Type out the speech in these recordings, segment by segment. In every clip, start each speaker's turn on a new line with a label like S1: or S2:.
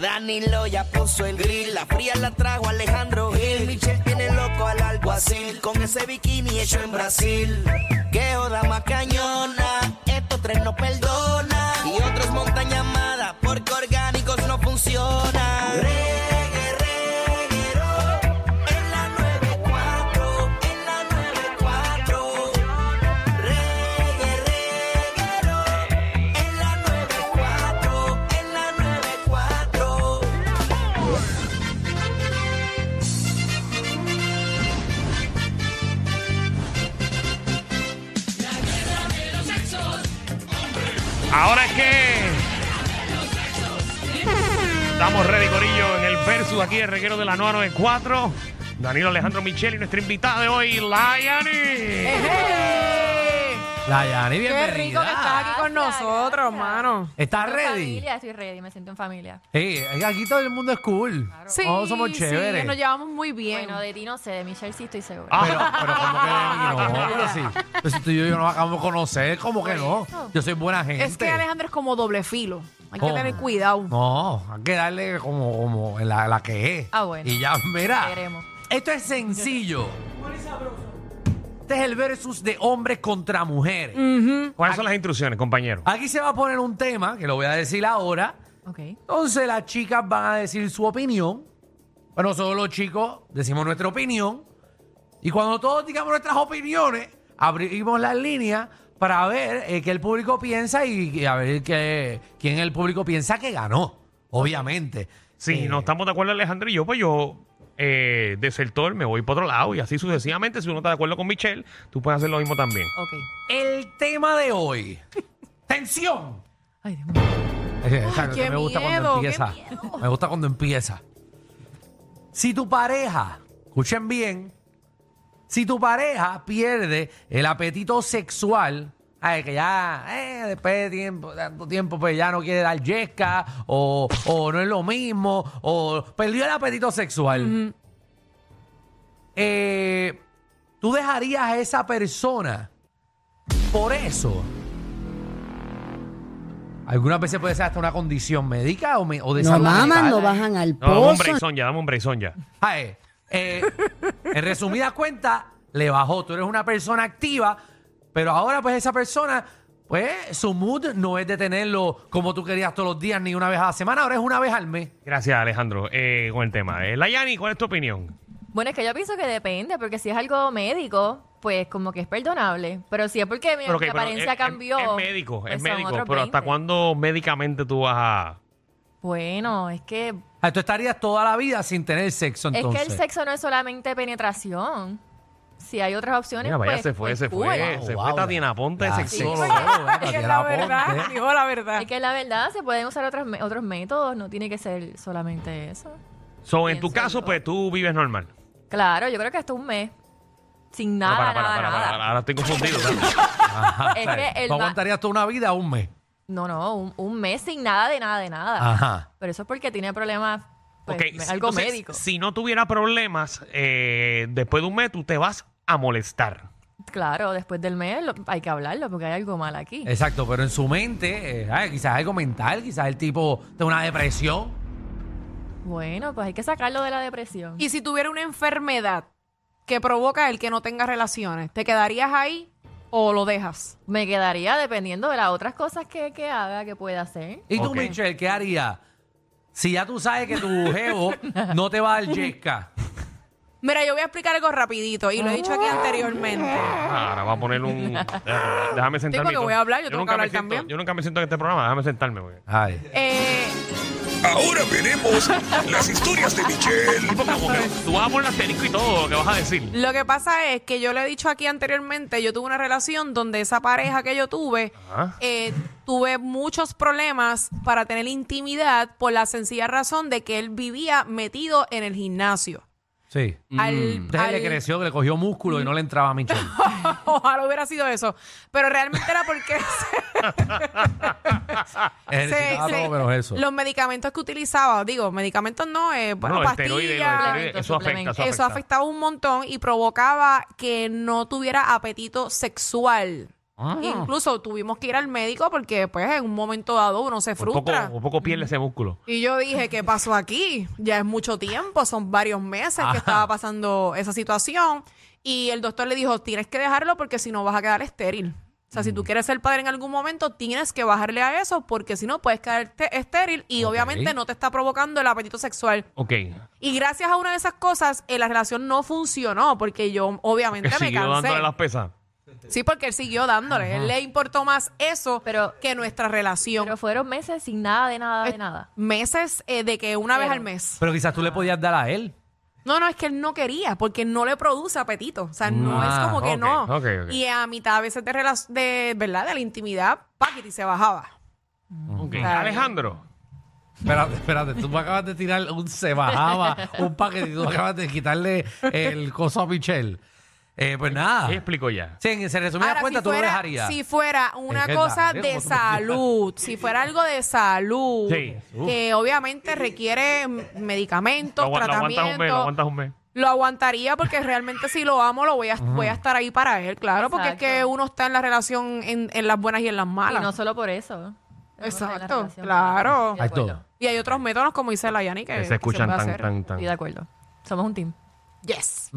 S1: Danilo ya puso el grill. La fría la trajo Alejandro Gil. Michelle tiene loco al alguacil. Con ese bikini hecho en Brasil. Qué hora más cañona. Estos tres no perdonan. Y otros montan llamadas porque orgánicos no funcionan. Reggae, reguero. En la 94. En la 94. Reggae, reguero. En la 94. En la 94.
S2: Ahora es que. Estamos ready, Corillo, en el versus aquí el reguero de la 994. Danilo Alejandro Michel y nuestra invitada de hoy, Layani.
S3: La Yani, bienvenida.
S4: Qué rico que estás aquí con
S5: Gracias,
S4: nosotros,
S5: gracias.
S4: hermano.
S3: ¿Estás
S5: Estoy en
S3: ready?
S5: Familia, estoy ready, me siento en familia.
S3: Hey, aquí todo el mundo es cool. Todos Oh, somos chéveres.
S4: Sí, nos llevamos muy bien.
S5: Bueno, de ti no sé, de Michelle sí estoy segura.
S2: Ah.
S3: Pero, pero como que de mí no, pero sí. Pero si tú y yo, yo nos acabamos de conocer, ¿cómo que no? Yo soy buena gente.
S4: es que Alejandro es como doble filo. Hay
S3: ¿Cómo?
S4: que tener cuidado.
S3: No, hay que darle como, como en la, la que es.
S5: Ah, bueno.
S3: Y ya, mira.
S5: Veremos.
S3: Esto es sencillo. Este es el versus de hombres contra mujeres.
S4: Mm.
S2: ¿Cuáles son las instrucciones, compañero?
S3: Aquí se va a poner un tema, que lo voy a decir ahora.
S5: Ok.
S3: Entonces las chicas van a decir su opinión. Bueno, nosotros los chicos decimos nuestra opinión. Y cuando todos digamos nuestras opiniones, abrimos las líneas para ver eh, qué el público piensa y, y a ver qué, quién el público piensa que ganó, obviamente.
S2: Si
S3: Eh,
S2: no estamos de acuerdo, Alejandro y yo, pues yo. Eh, desertor, me voy para otro lado y así sucesivamente. Si uno está de acuerdo con Michelle, tú puedes hacer lo mismo también.
S5: Ok.
S3: El tema de hoy. ¡Tensión!
S5: Ay, Dios mío.
S3: Eh, exacto,
S4: qué
S3: me gusta
S4: miedo,
S3: cuando empieza.
S4: qué
S3: Me gusta cuando empieza. Si tu pareja, escuchen bien, si tu pareja pierde el apetito sexual, ay, que ya eh, después de tiempo, tanto tiempo, pues ya no quiere dar yesca, o, o no es lo mismo, o perdió el apetito sexual. Eh, ¿Tú dejarías a esa persona por eso? Algunas veces puede ser hasta una condición médica o, me- o de
S6: No
S3: salud
S6: maman,
S3: mental.
S6: no bajan al
S2: No, dame un
S6: pozo.
S2: break, Sonia, dame un break, Sonia.
S3: Ay, eh, en resumidas cuentas, le bajó. Tú eres una persona activa, pero ahora pues esa persona, pues su mood no es de tenerlo como tú querías todos los días ni una vez a la semana, ahora es una vez al mes.
S2: Gracias, Alejandro, eh, con el tema. Eh, Layani, ¿cuál es tu opinión?
S5: Bueno, es que yo pienso que depende, porque si es algo médico, pues como que es perdonable. Pero si es porque mi,
S2: Pero, ok,
S5: mi
S2: pero
S5: apariencia
S2: es- es-
S5: cambió.
S2: Es, médico,
S5: pues
S2: es
S5: son
S2: médico.
S5: otros
S2: Pero ¿hasta
S5: 20.
S2: cuándo médicamente tú vas a...?
S5: Bueno, es que,
S3: Ah, Tú estarías toda la vida sin tener sexo
S5: es
S3: entonces.
S5: que el sexo no es solamente penetración. Si hay otras opciones,
S2: Mira, vaya,
S5: pues,
S2: se fue,
S5: pues,
S2: se fue,
S5: cool.
S2: Eh, se
S3: Wow,
S2: fue
S3: wow.
S2: Tatiana Ponte de
S3: Ya,
S2: sexólogo.
S3: solo yo, eh,
S4: Es que
S3: Tatiana
S4: la
S3: Ponte.
S4: verdad, dijo la verdad.
S5: Es que la verdad, se pueden usar otros, me- otros métodos, no tiene que ser solamente eso.
S2: So, en tu
S5: Pienso
S2: caso,
S5: yo.
S2: pues tú vives normal.
S5: Claro, yo creo que hasta un mes. Sin
S2: No,
S5: nada,
S2: para, para,
S5: nada,
S2: para,
S5: nada.
S2: para, ahora estoy confundido. ¿sabes?
S3: Ajá,
S5: Es
S3: ¿sabes?
S5: que el
S3: Tú
S5: ba-
S3: aguantarías toda una vida un mes.
S5: No, no, un, un mes sin nada de nada de nada.
S3: Ajá.
S5: Pero eso es porque tiene problemas, pues,
S2: Ok,
S5: me-
S2: si-
S5: algo
S2: entonces,
S5: médico.
S2: Si no tuviera problemas, eh, después de un mes tú te vas a molestar.
S5: Claro, después del mes lo- hay que hablarlo porque hay algo mal aquí.
S3: Exacto, pero en su mente, eh, ay, quizás algo mental, quizás el tipo de una depresión.
S5: Bueno, pues hay que sacarlo de la depresión.
S4: Y si tuviera una enfermedad que provoca el que no tenga relaciones, ¿te quedarías ahí o lo dejas?
S5: me quedaría dependiendo de las otras cosas que, que haga, que pueda hacer.
S3: ¿Y tú,
S2: Ok.
S3: Michelle, qué harías? Si ya tú sabes que tu jevo no te va a dar yesca.
S4: Mira, yo voy a explicar algo rapidito y lo he dicho aquí anteriormente.
S2: Ah, Ahora va a poner un... Déjame sentarme.
S4: porque
S2: y todo.
S4: voy a hablar, yo tengo
S2: nunca
S4: que
S2: me
S4: hablar
S2: siento-
S4: también.
S2: Yo nunca me siento en este programa, déjame sentarme. güey.
S3: Ay.
S4: Eh,
S7: Ahora veremos las historias de Michelle.
S2: Tipo, como que tú vas a poner asterisco y todo lo que vas a decir.
S4: Lo que pasa es que yo le he dicho aquí anteriormente, yo tuve una relación donde esa pareja que yo tuve,
S2: Ajá.
S4: eh, tuve muchos problemas para tener intimidad por la sencilla razón de que él vivía metido en el gimnasio.
S3: Sí.
S2: Mm.
S3: Este
S4: Al,
S3: Entonces le
S4: al-
S3: creció, le cogió músculo y no le entraba a Michelle.
S4: Ojalá hubiera sido eso. Pero realmente era porque se-
S3: Ejercitaba
S4: se-
S3: todo menos eso.
S4: los medicamentos que utilizaba, digo, medicamentos no, eh, bueno,
S2: el esteroide, los
S4: pastillas,
S2: esteroides, eso afecta, eso afecta.
S4: eso afectaba un montón y provocaba que no tuviera apetito sexual.
S2: Ah.
S4: Incluso tuvimos que ir al médico porque, pues, en un momento dado uno se
S2: Un poco,
S4: frustra.
S2: un poco pierde ese músculo.
S4: Y yo dije, ¿qué pasó aquí? Ya es mucho tiempo, son varios meses que estaba pasando esa situación. Y el doctor le dijo, tienes que dejarlo porque si no vas a quedar estéril. O sea, si
S2: Mm.
S4: tú quieres ser padre en algún momento, tienes que bajarle a eso porque si no puedes quedarte estéril y
S3: Ok.
S4: obviamente no te está provocando el apetito sexual.
S2: Ok.
S4: Y gracias a una de esas cosas, eh, la relación no funcionó porque yo
S2: Que
S4: obviamente me
S2: siguió
S4: cansé.
S2: dándole las pesas.
S4: Sí, porque él siguió dándole. Él le importó más eso
S5: Pero-
S4: que nuestra relación.
S5: Pero fueron meses sin nada, de nada, de nada.
S4: Meses eh, de que una vez
S5: Pero-
S4: al mes.
S3: Pero quizás tú le podías dar a él.
S4: No, no, es que él no quería, porque no le produce apetito. O sea, no
S3: Ah,
S4: es como que
S2: ok,
S4: no.
S2: ok, ok.
S4: Y a mitad a veces de, rela- de ¿verdad? de la intimidad, Paquiti se bajaba.
S2: Ok.
S4: Claro.
S2: Alejandro.
S3: Espérate, espérate, tú me acabas de tirar un se bajaba, un paquetito, tú acabas de quitarle el coso a Michelle. Eh, pues nada.
S2: Ahí explico ya.
S3: Sí, en se resumida
S4: Ahora,
S3: cuenta,
S4: si
S3: tú
S4: fuera,
S3: lo dejarías.
S4: si fuera una
S3: Es que
S4: cosa
S3: dale,
S4: de
S3: como tú-
S4: salud, si fuera algo de salud,
S2: Sí. Uf.
S4: que obviamente requiere m-
S2: Lo,
S4: medicamentos,
S2: agu- lo aguantas un mes, lo
S4: tratamientos,
S2: aguantas un mes.
S4: lo aguantaría porque realmente si lo amo lo voy a, voy a estar ahí para él, claro, porque es que
S5: Exacto.
S4: uno está en la relación en, en las buenas y en las
S5: Y
S4: malas.
S5: no solo por eso.
S4: Exacto, claro.
S5: Hay
S3: Hay todo.
S4: Y hay otros métodos, como dice la Yani, que,
S2: Que
S4: que
S2: se escuchan
S4: puede
S2: tan,
S4: hacer.
S2: tan, tan.
S5: Estoy de acuerdo. Somos un team.
S4: Yes.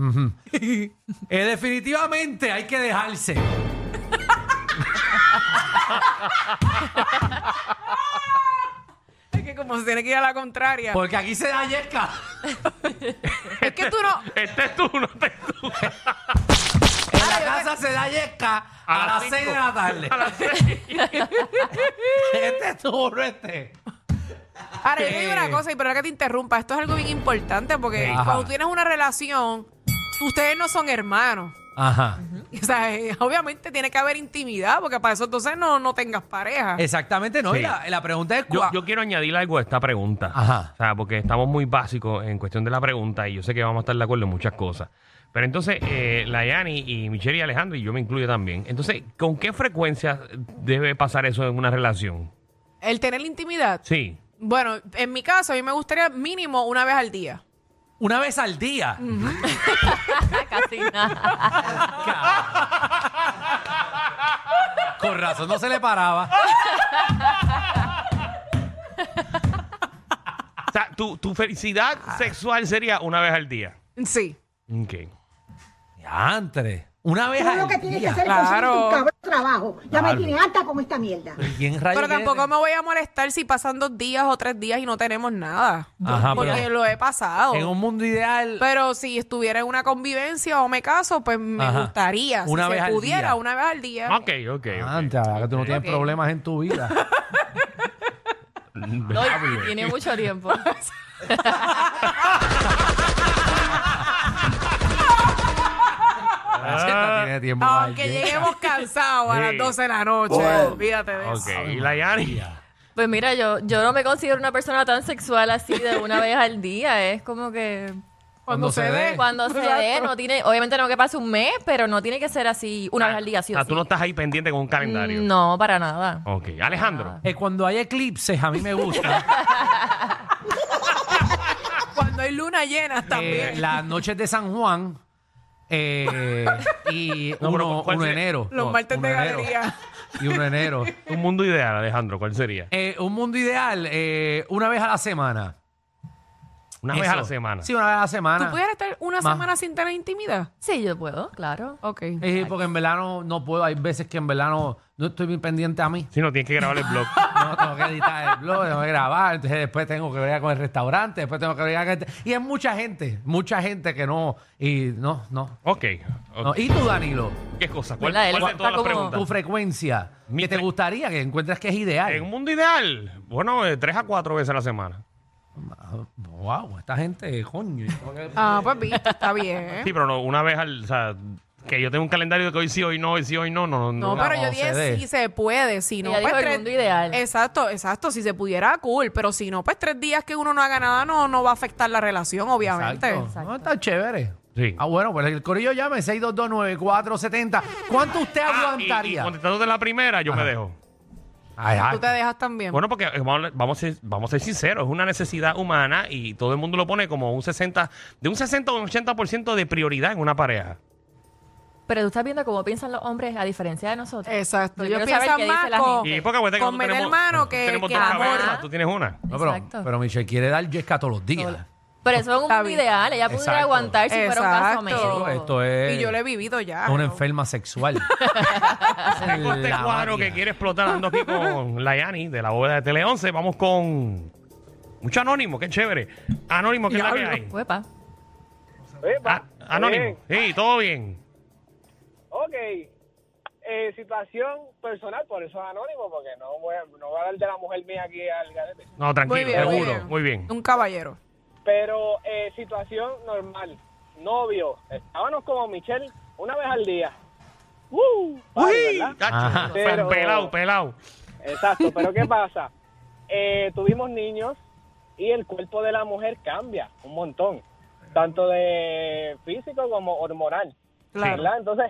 S3: Eh, definitivamente hay que dejarse.
S4: Es que como se tiene que ir a la contraria.
S3: Porque aquí se da yesca.
S4: Es que tú no.
S2: Este es tú, no este es tú.
S3: En la casa se da yesca a,
S2: A las
S3: las 6 de
S2: cinco.
S3: la tarde.
S2: A las seis.
S3: este es tu no este.
S4: Ahora, yo te digo una cosa, y perdón que te interrumpa. Esto es algo bien importante porque
S3: Ajá.
S4: cuando tienes una relación, ustedes no son hermanos.
S3: Ajá.
S4: O sea, eh, obviamente tiene que haber intimidad porque para eso entonces no, no tengas pareja.
S3: Exactamente, no.
S2: Sí.
S3: Y la, la pregunta es
S2: Yo,
S3: cua-
S2: yo quiero añadir algo a esta pregunta.
S3: Ajá.
S2: O sea, porque estamos muy básicos en cuestión de la pregunta y yo sé que vamos a estar de acuerdo en muchas cosas. Pero entonces, eh, Layani y Michelle y Alejandro, y yo me incluyo también. Entonces, ¿con qué frecuencia debe pasar eso en una relación?
S4: El tener intimidad.
S2: Sí.
S4: Bueno, en mi caso, a mí me gustaría mínimo una vez al día.
S3: una vez al día.
S4: Mm.
S5: Casi nada.
S3: Con razón no se le paraba.
S2: O sea, tu, tu felicidad sexual sería una vez al día.
S4: Sí.
S2: Ok.
S3: Diantre. Una vez
S6: Tú lo
S3: al
S6: que tienes que
S3: día.
S6: hacer es
S4: Claro.
S6: conseguirte un cabrón trabajo. Ya
S3: Claro.
S6: me tiene harta con esta mierda.
S3: ¿Y quién rayos
S4: Pero
S3: quiere
S4: tampoco
S3: tener-
S4: me voy a molestar si pasan dos días o tres días y no tenemos nada.
S3: Ajá,
S4: porque
S3: pero-
S4: lo he pasado.
S3: En un mundo ideal.
S4: Pero si estuviera en una convivencia o me caso, pues me
S3: Ajá.
S4: gustaría.
S3: Una
S4: si
S3: vez
S4: se
S3: al
S4: pudiera,
S3: día.
S4: una vez al
S2: Ok,
S4: día.
S2: ok. ok.
S4: Ah,
S3: Diantre, la verdad que tú no tienes
S5: Ok.
S3: problemas en tu vida.
S5: No, y tiene mucho tiempo. Ah,
S3: Esta tiene tiempo para
S4: Ah, Aunque
S3: el yesca.
S4: lleguemos cansados a
S2: Sí.
S4: las 12 de la noche. Olvídate de
S2: Ah, Ok.
S4: eso.
S2: ¿Y Layani?
S5: Pues mira, yo, yo no me considero una persona tan sexual así de una vez al día. Es como que
S3: Cuando se dé.
S5: cuando se dé, no tiene, obviamente no que pase un mes, pero no tiene que ser así una vez al día, sí o
S2: Ah, tú
S5: sí.
S2: no estás ahí pendiente con un calendario.
S5: No, para nada.
S2: Ok. Alejandro.
S3: Eh, cuando hay eclipses, a mí me gusta. eh,
S4: Cuando hay luna llena
S3: eh,
S4: también.
S3: las noches de San Juan eh, y
S2: No, pero
S3: 1
S2: ¿cuál sería?
S3: enero.
S4: Los
S3: No,
S4: martes
S3: uno
S4: de
S3: enero.
S4: galería.
S3: Y 1 enero.
S2: Un mundo ideal, Alejandro. ¿Cuál sería?
S3: Eh, un mundo ideal, eh, una vez a la semana.
S2: Una vez a la
S3: Eso.
S2: semana.
S3: Sí, una vez a la semana.
S4: ¿Tú pudieras estar una
S3: Ma.
S4: semana sin tener intimidad?
S5: Sí, yo puedo, claro.
S4: Ok.
S3: Eh, porque en verdad no, no puedo. Hay veces que en verdad no, no estoy bien pendiente a mí.
S2: Si no, tienes que grabar el blog.
S3: No, tengo que editar el blog, tengo que grabar. Entonces después tengo que ver con el restaurante, después tengo que ver con el... Y es mucha gente, mucha gente que no... Y no, no.
S2: Ok. ok.
S3: no. ¿Y tú, Danilo?
S2: ¿Qué cosa? ¿Cuál,
S5: ¿Verdad? Él
S2: cuál de
S5: está
S2: todas las
S5: como-
S3: Tu
S2: preguntas?
S3: frecuencia,
S2: Mi
S3: que te
S2: fre-
S3: gustaría, que encuentras que es ideal.
S2: En un mundo ideal, bueno, de tres a cuatro veces a la semana.
S3: Wow, Ah, esta gente, coño.
S4: Ah, pues viste, está bien.
S2: Sí, pero no, una vez al. O sea, que yo tengo un calendario de que hoy sí, hoy no, hoy sí, hoy no. No,
S4: No,
S2: no.
S3: no,
S4: pero yo
S3: no se
S4: dije
S3: dé.
S4: si se puede, si no,
S5: Ella
S4: pues
S5: dijo el
S4: tres-
S5: mundo ideal.
S4: Exacto, exacto, si se pudiera, cool, pero si no, pues tres días que uno no haga nada no, no va a afectar la relación, obviamente.
S3: Exacto. No, está chévere.
S2: Sí.
S3: Ah, bueno, pues el corillo llame 6229470. ¿Cuánto usted
S2: Ah, y-
S3: aguantaría?
S2: Y, contestándote la primera, yo me dejo.
S3: Ay, ay.
S4: Tú te dejas también.
S2: Bueno, porque eh, vamos a, hablar- vamos, a ser, vamos a ser sinceros, es una necesidad humana y todo el mundo lo pone como un 60, de un 60 o un 80% de prioridad en una pareja.
S5: Pero tú estás viendo cómo piensan los hombres a diferencia de nosotros.
S4: Exacto.
S5: Yo
S4: Yo,
S5: quiero
S4: pienso
S5: saber qué dice
S4: más
S5: la
S4: con,
S5: gente.
S2: Y porque acuérdate que
S4: con
S2: nosotros
S4: meter
S2: tenemos,
S4: mano
S2: nosotros
S4: que,
S2: tenemos
S4: que
S2: dos
S4: amor.
S2: cabezas, tú tienes una.
S3: No, pero,
S5: Exacto.
S3: pero Michelle quiere dar yesca todos los días.
S5: Pero eso es un
S4: Está
S5: mundo
S4: bien.
S5: ideal. Ella pudiera
S3: Exacto.
S5: aguantar si fuera un caso
S4: Exacto.
S5: médico.
S4: Pero-
S3: Esto es
S4: Y yo lo he vivido ya.
S3: una
S4: Ah, ¿no?
S3: enferma sexual.
S2: Tengo este
S3: La
S2: cuadro
S3: máquina.
S2: que quiere explotar ando aquí con Layani de la bóveda de Tele 11. Vamos con mucho anónimo, qué chévere. Anónimo, ¿qué es la que hay?
S5: Uepa.
S2: Ah, anónimo, sí, todo bien.
S8: Ok, eh, situación personal, por eso es anónimo, porque no voy, a, no voy a hablar de la mujer mía aquí al garete.
S2: No, tranquilo,
S4: Muy bien, muy
S2: seguro,
S4: bien.
S2: muy bien.
S4: Un caballero.
S8: Pero eh, situación normal, novio, estábamos como Michelle una vez al día. ¡Uh! Party, ¿verdad?
S2: Cacho,
S8: Pero-
S2: pelado, pelado.
S8: Exacto, pero ¿qué pasa? Eh, tuvimos niños y el cuerpo de la mujer cambia un montón, tanto de físico como hormonal.
S4: Claro.
S8: ¿verdad? Entonces,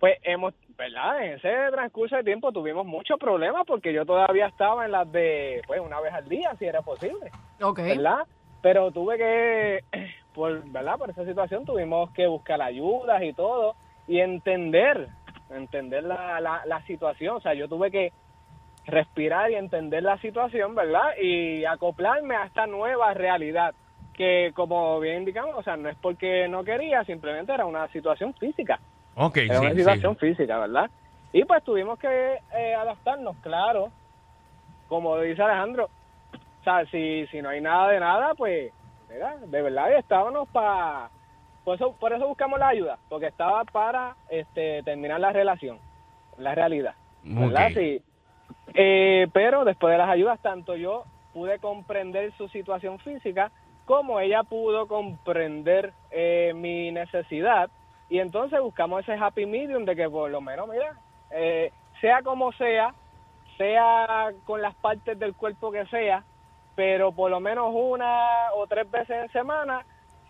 S8: pues hemos, ¿verdad? En ese transcurso de tiempo tuvimos muchos problemas porque yo todavía estaba en las de, pues, una vez al día, si era posible,
S4: Ok.
S8: ¿verdad? Pero tuve que, por, ¿verdad? Por esa situación tuvimos que buscar ayudas y todo y entender, entender la, la, la situación. O sea, yo tuve que respirar y entender la situación, ¿verdad? Y acoplarme a esta nueva realidad que como bien indicamos, o sea, no es porque no quería, simplemente era una situación física.
S2: Ok,
S8: Era una
S2: sí,
S8: situación
S2: sí.
S8: física, ¿verdad? Y pues tuvimos que eh, adaptarnos, claro. Como dice Alejandro, o sea, si, si no hay nada de nada, pues, mira, de verdad estábamos para... Por eso, por eso buscamos la ayuda, porque estaba para este, terminar la relación, la realidad. ¿Verdad?
S2: Ok.
S8: Sí. Eh, pero después de las ayudas, tanto yo pude comprender su situación física como ella pudo comprender eh, mi necesidad. Y entonces buscamos ese happy medium de que por lo menos, mira, eh, sea como sea, sea con las partes del cuerpo que sea, pero por lo menos una o tres veces en semana,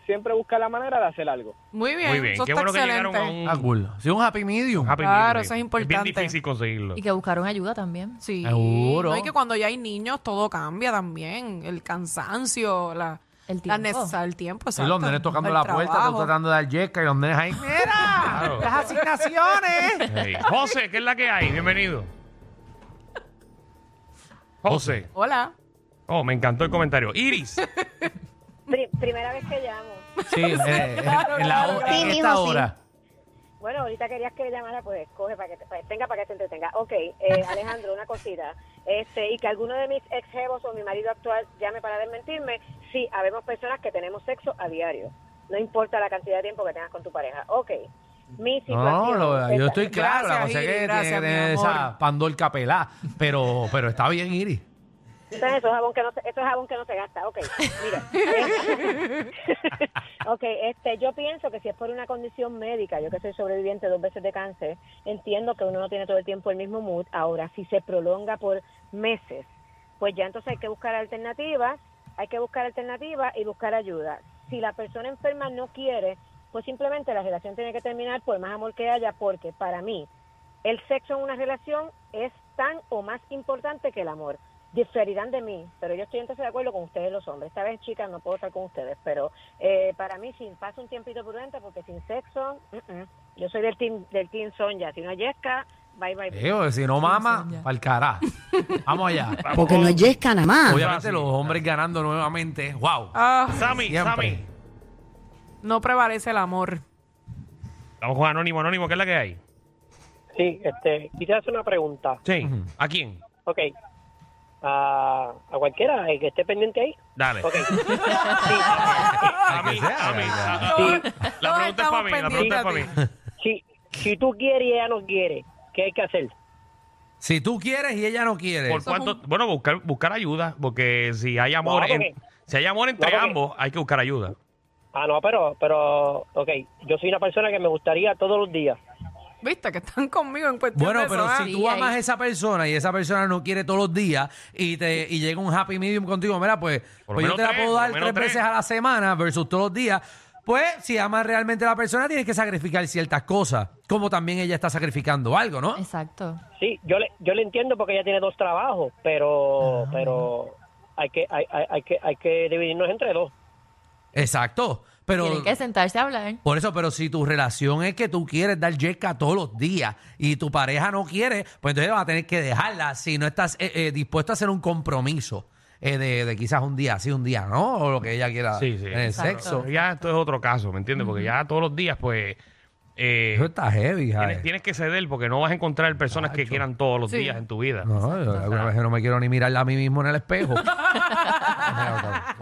S8: siempre busca la manera de hacer algo.
S4: Muy bien.
S2: Muy bien,
S4: Eso
S2: qué
S4: está
S2: bueno que
S4: excelente.
S2: llegaron a un
S3: Ah, cool. Sí, un happy medium.
S2: happy
S4: Claro,
S2: medium.
S4: eso es
S2: Es
S4: importante.
S2: bien difícil conseguirlo.
S5: Y que buscaron ayuda también.
S4: Sí.
S3: Seguro.
S4: No, y que cuando ya hay niños todo cambia también. El cansancio, la,
S5: El
S4: la
S5: tiempo.
S4: necesidad del tiempo.
S3: Y
S4: Exacto.
S3: los nenes tocando
S4: El
S3: la puerta, tú
S4: trabajo.
S3: tratando de dar yesca y los nenes ahí.
S2: Claro.
S3: ¡Las asignaciones!
S2: Ey, José, ¿qué es la que hay? Bienvenido. José.
S4: Hola.
S2: Oh, me encantó el comentario. Iris.
S9: Pri- primera vez que llamo.
S3: Sí, eh, eh, en la hora-
S9: Sí,
S3: en
S9: mijo,
S3: esta
S9: sí.
S3: hora.
S9: Bueno, ahorita querías que llamara, pues coge para que te, para- tenga para que te entretenga. Ok, eh, Alejandro, una cosita. Este, y que alguno de mis ex jevos o mi marido actual llame para desmentirme. Sí, habemos personas que tenemos sexo a diario. No importa la cantidad de tiempo que tengas con tu pareja. Ok, mi
S3: No,
S9: situación.
S3: lo- yo
S9: esa-
S3: estoy claro, la
S4: Gracias,
S3: cosa es
S4: Iri,
S3: que
S4: gracias,
S3: tiene que tener
S4: mi amor.
S3: esa pandorca pelá, pero, pero está bien, Iri.
S9: Entonces, eso es jabón que no se, eso es jabón que no se gasta. Ok, mira. ok, este, yo pienso que si es por una condición médica, yo que soy sobreviviente dos veces de cáncer, entiendo que uno no tiene todo el tiempo el mismo mood. Ahora, si se prolonga por meses, pues ya entonces hay que buscar alternativas, hay que buscar alternativas y buscar ayuda. Si la persona enferma no quiere, pues simplemente la relación tiene que terminar por más amor que haya, porque para mí el sexo en una relación es tan o más importante que el amor. Diferirán de mí, pero yo estoy entonces de acuerdo con ustedes los hombres. Esta vez, chicas, no puedo estar con ustedes, pero eh, para mí, sin pasa un tiempito prudente, porque sin sexo, mm, mm. yo soy del team, del team Sonja. Si no hay yesca, bye bye.
S3: Eh, porque si no mama,
S5: sí, ya.
S3: pa'l cará. Vamos allá.
S6: Porque no es yesca nada más.
S3: Obviamente los hombres ganando nuevamente. ¡Wow!
S4: Ah,
S2: Sammy,
S3: Siempre.
S2: Sammy.
S4: no prevalece el amor.
S2: Vamos con Anónimo, Anónimo, ¿qué es la que hay?
S8: Sí, este, quisiera hacer una pregunta.
S2: Sí. ¿A quién?
S8: Ok. A, a cualquiera, el que esté pendiente ahí.
S2: Dale.
S8: Ok.
S2: A
S3: Al
S2: mí,
S3: que sea,
S2: a mí.
S3: ¿verdad?
S2: A- a- La
S4: Todos
S8: Sí.
S2: pregunta es para
S4: Ah, estamos
S2: mí, la pregunta es para mí.
S4: pendientes
S8: Si, si tú quieres y ella no quiere, ¿qué hay que hacer?
S3: Si tú quieres y ella no quiere.
S2: ¿Por
S4: Eso es
S2: cuánto? Bueno, buscar, buscar ayuda, porque si hay amor,
S8: No,
S2: en-
S8: porque-
S2: si hay amor entre
S8: No, porque-
S2: ambos, hay que buscar ayuda.
S8: Ah, no, pero, pero, ok, yo soy una persona que me gustaría todos los días.
S4: Viste que están conmigo en cuestión
S3: Bueno,
S4: de
S3: pero
S4: eso, ¿ah?
S3: si tú
S5: Sí,
S3: amas
S5: ahí.
S3: a esa persona y esa persona no quiere todos los días y te y llega un happy medium contigo, mira, pues,
S2: Por lo
S3: pues
S2: menos
S3: yo te la
S2: tres,
S3: puedo
S2: por
S3: dar
S2: lo
S3: tres,
S2: menos tres.
S3: veces a la semana versus todos los días. Pues si amas realmente a la persona tienes que sacrificar ciertas cosas, como también ella está sacrificando algo, ¿no?
S5: Exacto.
S8: Sí, yo le, yo le entiendo porque ella tiene dos trabajos, pero, pero hay que, hay, hay, hay que, hay que dividirnos entre dos.
S3: Exacto. Pero
S5: Tienen que sentarse a hablar.
S3: por eso, pero si tu relación es que tú quieres dar yesca todos los días y tu pareja no quiere, pues entonces vas a tener que dejarla si no estás eh, eh, dispuesto a hacer un compromiso eh, de, de quizás un día sí, un día no, o lo que ella quiera
S2: Sí, sí.
S3: Ah, en el
S5: Exacto.
S3: sexo.
S2: Pero Ya esto es otro caso, ¿me entiendes? Porque ya todos los días, pues. eh,
S3: Eso está heavy,
S2: tienes,
S3: Javier.
S2: tienes que ceder porque no vas a encontrar personas que quieran todos los días en tu vida.
S3: No, yo alguna vez no me quiero ni mirar a mí mismo en el espejo.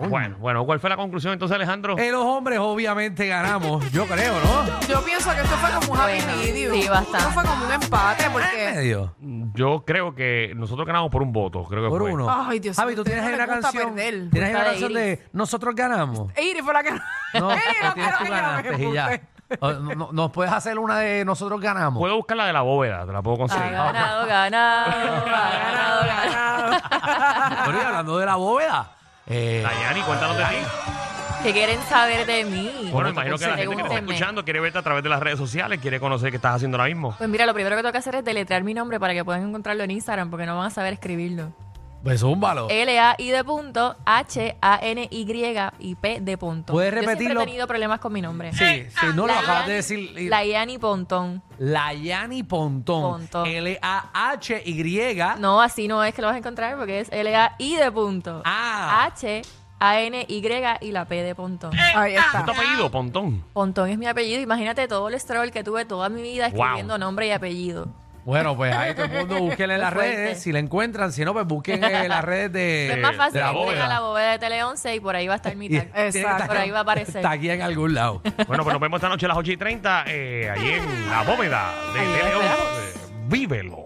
S2: Bueno, bueno, ¿cuál fue la conclusión entonces, Alejandro?
S3: Eh, los hombres obviamente ganamos, yo creo, ¿no?
S4: Yo pienso que esto fue como un happy
S5: Bueno,
S4: medium.
S5: sí, bastante.
S4: Esto fue como un empate porque...
S3: Medio.
S2: Yo creo que nosotros ganamos por un voto, creo que
S3: Por
S2: fue.
S3: uno.
S4: Ay, Dios
S3: Javi,
S4: mío,
S3: tú
S4: ustedes
S3: tienes
S4: no
S3: ahí
S4: les
S3: una
S4: gusta
S3: canción.
S4: perder.
S3: Tienes ahí una
S5: Gusta
S3: canción
S5: de
S3: de Nosotros ganamos.
S4: Iris fue la que...
S3: No,
S4: Iris,
S3: no
S4: quiero
S3: tienes tú
S4: que ella me
S3: ganaste y ya.
S4: empute.
S3: O, no, no, Nos puedes hacer una de Nosotros ganamos.
S2: Puedo buscar la de la bóveda, te la puedo
S5: Ha
S2: conseguir.
S5: Ah, ganado, ganado, ha ganado, ganado.
S3: Bueno, y hablando de la bóveda. eh,
S2: Dayani, cuéntanos de ti.
S5: ¿Qué quieren saber de mí?
S2: Bueno, imagino que la gente que te está
S5: Pregúntenme.
S2: escuchando quiere verte a través de las redes sociales, quiere conocer qué estás haciendo ahora mismo.
S5: Pues mira, lo primero que tengo que hacer es deletrear mi nombre para que puedan encontrarlo en Instagram porque no van a saber escribirlo.
S3: pues zúmbalo.
S5: Eh, L-A-I de punto, H-A-N-Y y P de punto.
S3: ¿Puedes
S5: Yo siempre
S3: repetirlo?
S5: he tenido problemas con mi nombre.
S3: sí, sí, no lo
S5: eh, La
S3: acabas de
S5: Yani-
S3: decir. y-
S5: La Yani Pontón.
S3: Layani Pontón.
S5: Pontón.
S3: L-A-H-Y.
S5: No, así no es que lo vas a encontrar porque es L-A-I de punto.
S3: Ah.
S5: H-A-N-Y y la P de Pontón.
S4: Ahí
S2: ¿Qué
S4: está.
S2: tu apellido, Pontón?
S5: Pontón es mi apellido. Imagínate todo el struggle que tuve toda mi vida
S2: Wow.
S5: escribiendo nombre y apellido.
S3: Bueno, pues ahí todo el mundo busquen en las
S5: Fuerte.
S3: redes. Si la encuentran, si no, pues busquen en las redes de.
S5: Pues es más fácil
S3: de la
S5: que entren
S2: bóveda.
S5: a la bóveda de Tele 11 y por ahí va a estar mi
S3: Y-
S5: tag.
S3: tiene que
S4: Exacto.
S3: estar-
S5: Por ahí va a aparecer.
S3: Está aquí en algún lado.
S2: Bueno, pues nos vemos esta noche a las 8 y 30 eh, ahí en la bóveda de
S5: Ahí lo
S2: Tele
S5: esperamos.
S2: 11. Vívelo.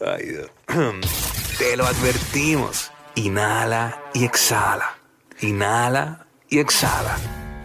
S7: Ay, Dios. Te lo advertimos. Inhala y exhala. Inhala y exhala.